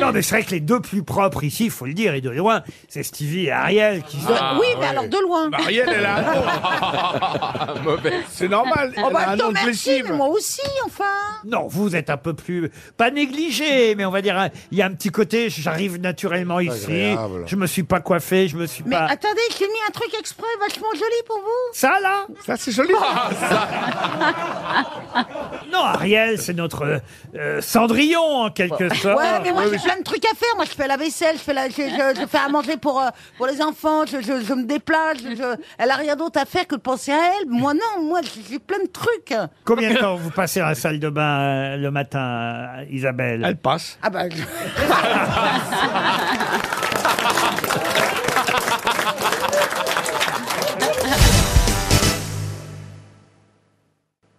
Non, mais c'est vrai que les deux plus propres ici, il faut le dire, et de loin, c'est Stevie et Ariel qui sont. oui, mais alors de loin. Bah, Ariel, elle a un nom. C'est normal. Oh, elle bah, a un attends, nom de merci, mais lessive. moi aussi, enfin. Non, vous êtes un peu plus, pas négligé, mais on va dire, hein, il y a un petit côté, j'arrive naturellement ici, agréable. je me suis pas coiffé, je me suis Mais pas... attendez, j'ai mis un truc exprès vachement joli pour vous. Ça, là Ça, c'est joli. Ah. Non, Ariel, c'est notre euh, euh, Cendrillon, en quelque sorte. Ouais, mais moi j'ai plein de trucs à faire. Moi je fais la vaisselle, je fais, la, je, je- je fais à manger pour, euh, pour les enfants, je, je- je me déplace. je- je- Elle a rien d'autre à faire que de penser à elle. Moi non, moi j'ai plein de trucs. Combien de temps vous passez à la salle de bain euh, le matin, euh, Isabelle Elle passe. Ah bah, je-